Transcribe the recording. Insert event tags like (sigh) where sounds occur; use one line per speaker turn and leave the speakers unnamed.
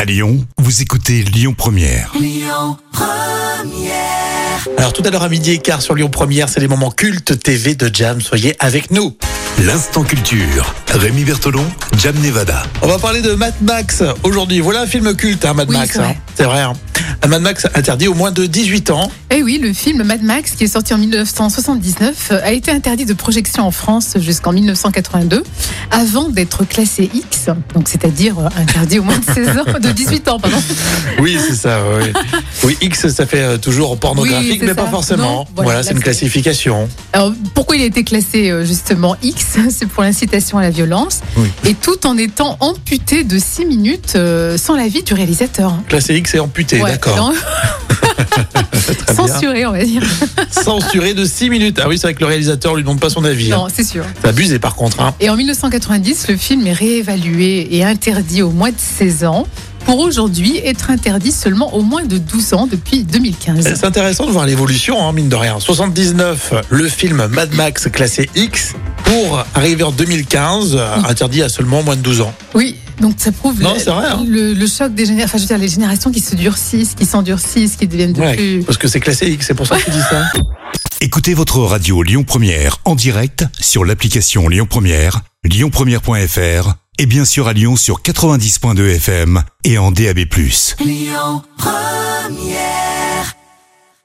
À Lyon, vous écoutez Lyon Première.
Alors tout à l'heure à midi et quart sur Lyon Première, c'est les moments cultes TV de Jam. Soyez avec nous.
L'instant culture. Rémi Bertolon, Jam Nevada.
On va parler de Mad Max aujourd'hui. Voilà un film culte, hein, Mad
Oui,
Max.
c'est
hein.
vrai.
C'est vrai. hein. Un Mad Max interdit au moins de 18 ans.
Eh oui, le film Mad Max, qui est sorti en 1979, euh, a été interdit de projection en France jusqu'en 1982, avant d'être classé X, donc c'est-à-dire euh, interdit au moins de 16 ans, de 18 ans, pardon.
Oui, c'est ça. (laughs) Oui. oui, X, ça fait euh, toujours
Oui,
pornographique,
c'est
mais pas
ça.
forcément.
Non,
voilà,
voilà,
c'est
là,
une
c'est-
classification.
Alors, pourquoi il a été classé euh, justement X C'est pour l'incitation à la violence,
Oui.
et tout en étant amputé de 6 minutes euh, sans l'avis du réalisateur.
Classé X est amputé,
Ouais,
d'accord.
non,
Très bien.
Censuré, on va dire.
Censuré de 6 minutes. Ah oui, c'est vrai que le réalisateur lui demande pas son avis. hein.
Non, c'est sûr.
C'est abusé par contre. hein.
Et en 1990, le film est réévalué et interdit au moins de 16 ans. Pour aujourd'hui, être interdit seulement au moins de 12 ans depuis 2015.
C'est intéressant de voir l'évolution, hein, mine de rien. 79, le film Mad Max classé X, pour arriver en 2015, euh, interdit à seulement moins de 12 ans.
Oui, donc ça prouve
Non,
le,
c'est vrai, hein.
le, le choc des générations, enfin, je veux dire, les générations qui se durcissent, qui s'endurcissent, qui deviennent de
Ouais,
plus.
parce que c'est classé X, c'est pour ça que tu dis ça.
Écoutez votre radio Lyon Première en direct sur l'application Lyon Première, lyonpremière.fr et bien sûr à Lyon sur 90.2 FM et en DAB+.